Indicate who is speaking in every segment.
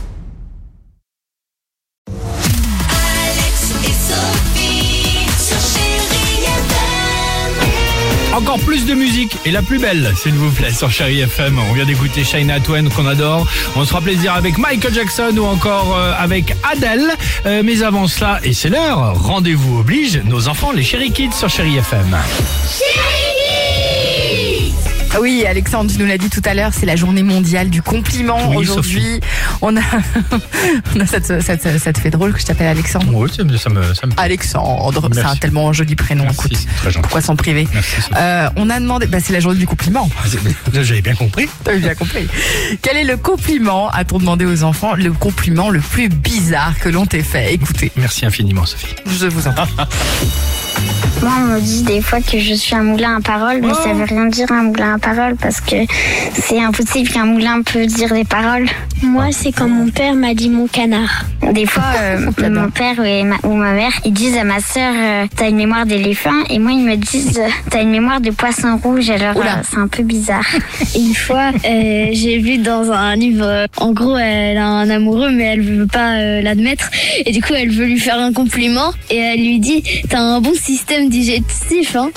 Speaker 1: Alex et Sophie sur Chérie FM.
Speaker 2: Encore plus de musique et la plus belle, s'il vous plaît, sur Chéri FM. On vient d'écouter Shina Twain qu'on adore. On se fera plaisir avec Michael Jackson ou encore euh, avec Adele. Euh, mais avant cela, et c'est l'heure, rendez-vous oblige, nos enfants, les Chéri Kids sur Chéri FM.
Speaker 3: Ah Oui, Alexandre, tu nous l'as dit tout à l'heure, c'est la journée mondiale du compliment.
Speaker 2: Oui,
Speaker 3: Aujourd'hui, on a, on a- ça, te, ça te- ça te fait drôle que je t'appelle Alexandre.
Speaker 2: Oui, ça me, ça me, ça me-
Speaker 3: Alexandre, c'est un
Speaker 2: Merci.
Speaker 3: tellement un joli prénom.
Speaker 2: Merci,
Speaker 3: Ah, écoute,
Speaker 2: c'est très gentil.
Speaker 3: pourquoi s'en priver
Speaker 2: Merci, Sophie.
Speaker 3: Euh, On a demandé, bah, c'est la journée du compliment.
Speaker 2: Là, J'avais Ah, bien compris.
Speaker 3: T'as bien compris. Quel est le compliment a-t-on demandé aux enfants Le compliment le plus bizarre que l'on t'ait fait. Écoutez,
Speaker 2: Merci infiniment, Sophie.
Speaker 3: je vous en
Speaker 2: Ah.
Speaker 3: prie.
Speaker 4: Moi, on me dit des fois que je suis un moulin à paroles, mais ça veut rien dire un moulin à paroles parce que c'est impossible qu'un moulin peut dire des paroles. Moi, c'est quand mon père m'a dit mon canard. Des fois, euh, mon père et ma- ou ma mère, ils disent à ma sœur, euh, t'as une mémoire d'éléphant, et moi, ils me disent, euh, t'as une mémoire de poisson rouge, alors
Speaker 3: Oula.
Speaker 4: euh, c'est un peu bizarre.
Speaker 5: Une fois, euh, j'ai vu dans un livre, euh, en gros, elle a un amoureux, mais elle veut pas euh, l'admettre. Et du coup, elle veut lui faire un compliment. Et elle lui dit T'as un bon système digestif, hein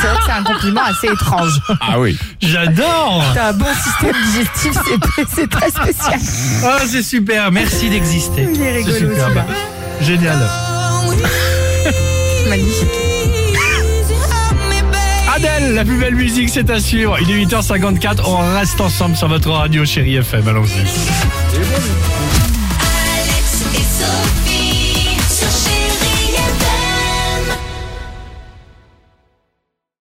Speaker 3: C'est vrai que c'est un compliment assez étrange.
Speaker 2: Ah oui. J'adore
Speaker 3: T'as un bon système digestif, c'est- c'est très spécial.
Speaker 2: Oh, c'est super. Merci d'exister.
Speaker 3: Il est rigolo,
Speaker 2: C'est superbe. Génial.
Speaker 3: Magnifique.
Speaker 2: Adèle, la plus belle musique, c'est à suivre. Il est 8h54, on reste ensemble sur votre radio chérie FM, allons-y.
Speaker 1: Alex et Sophie.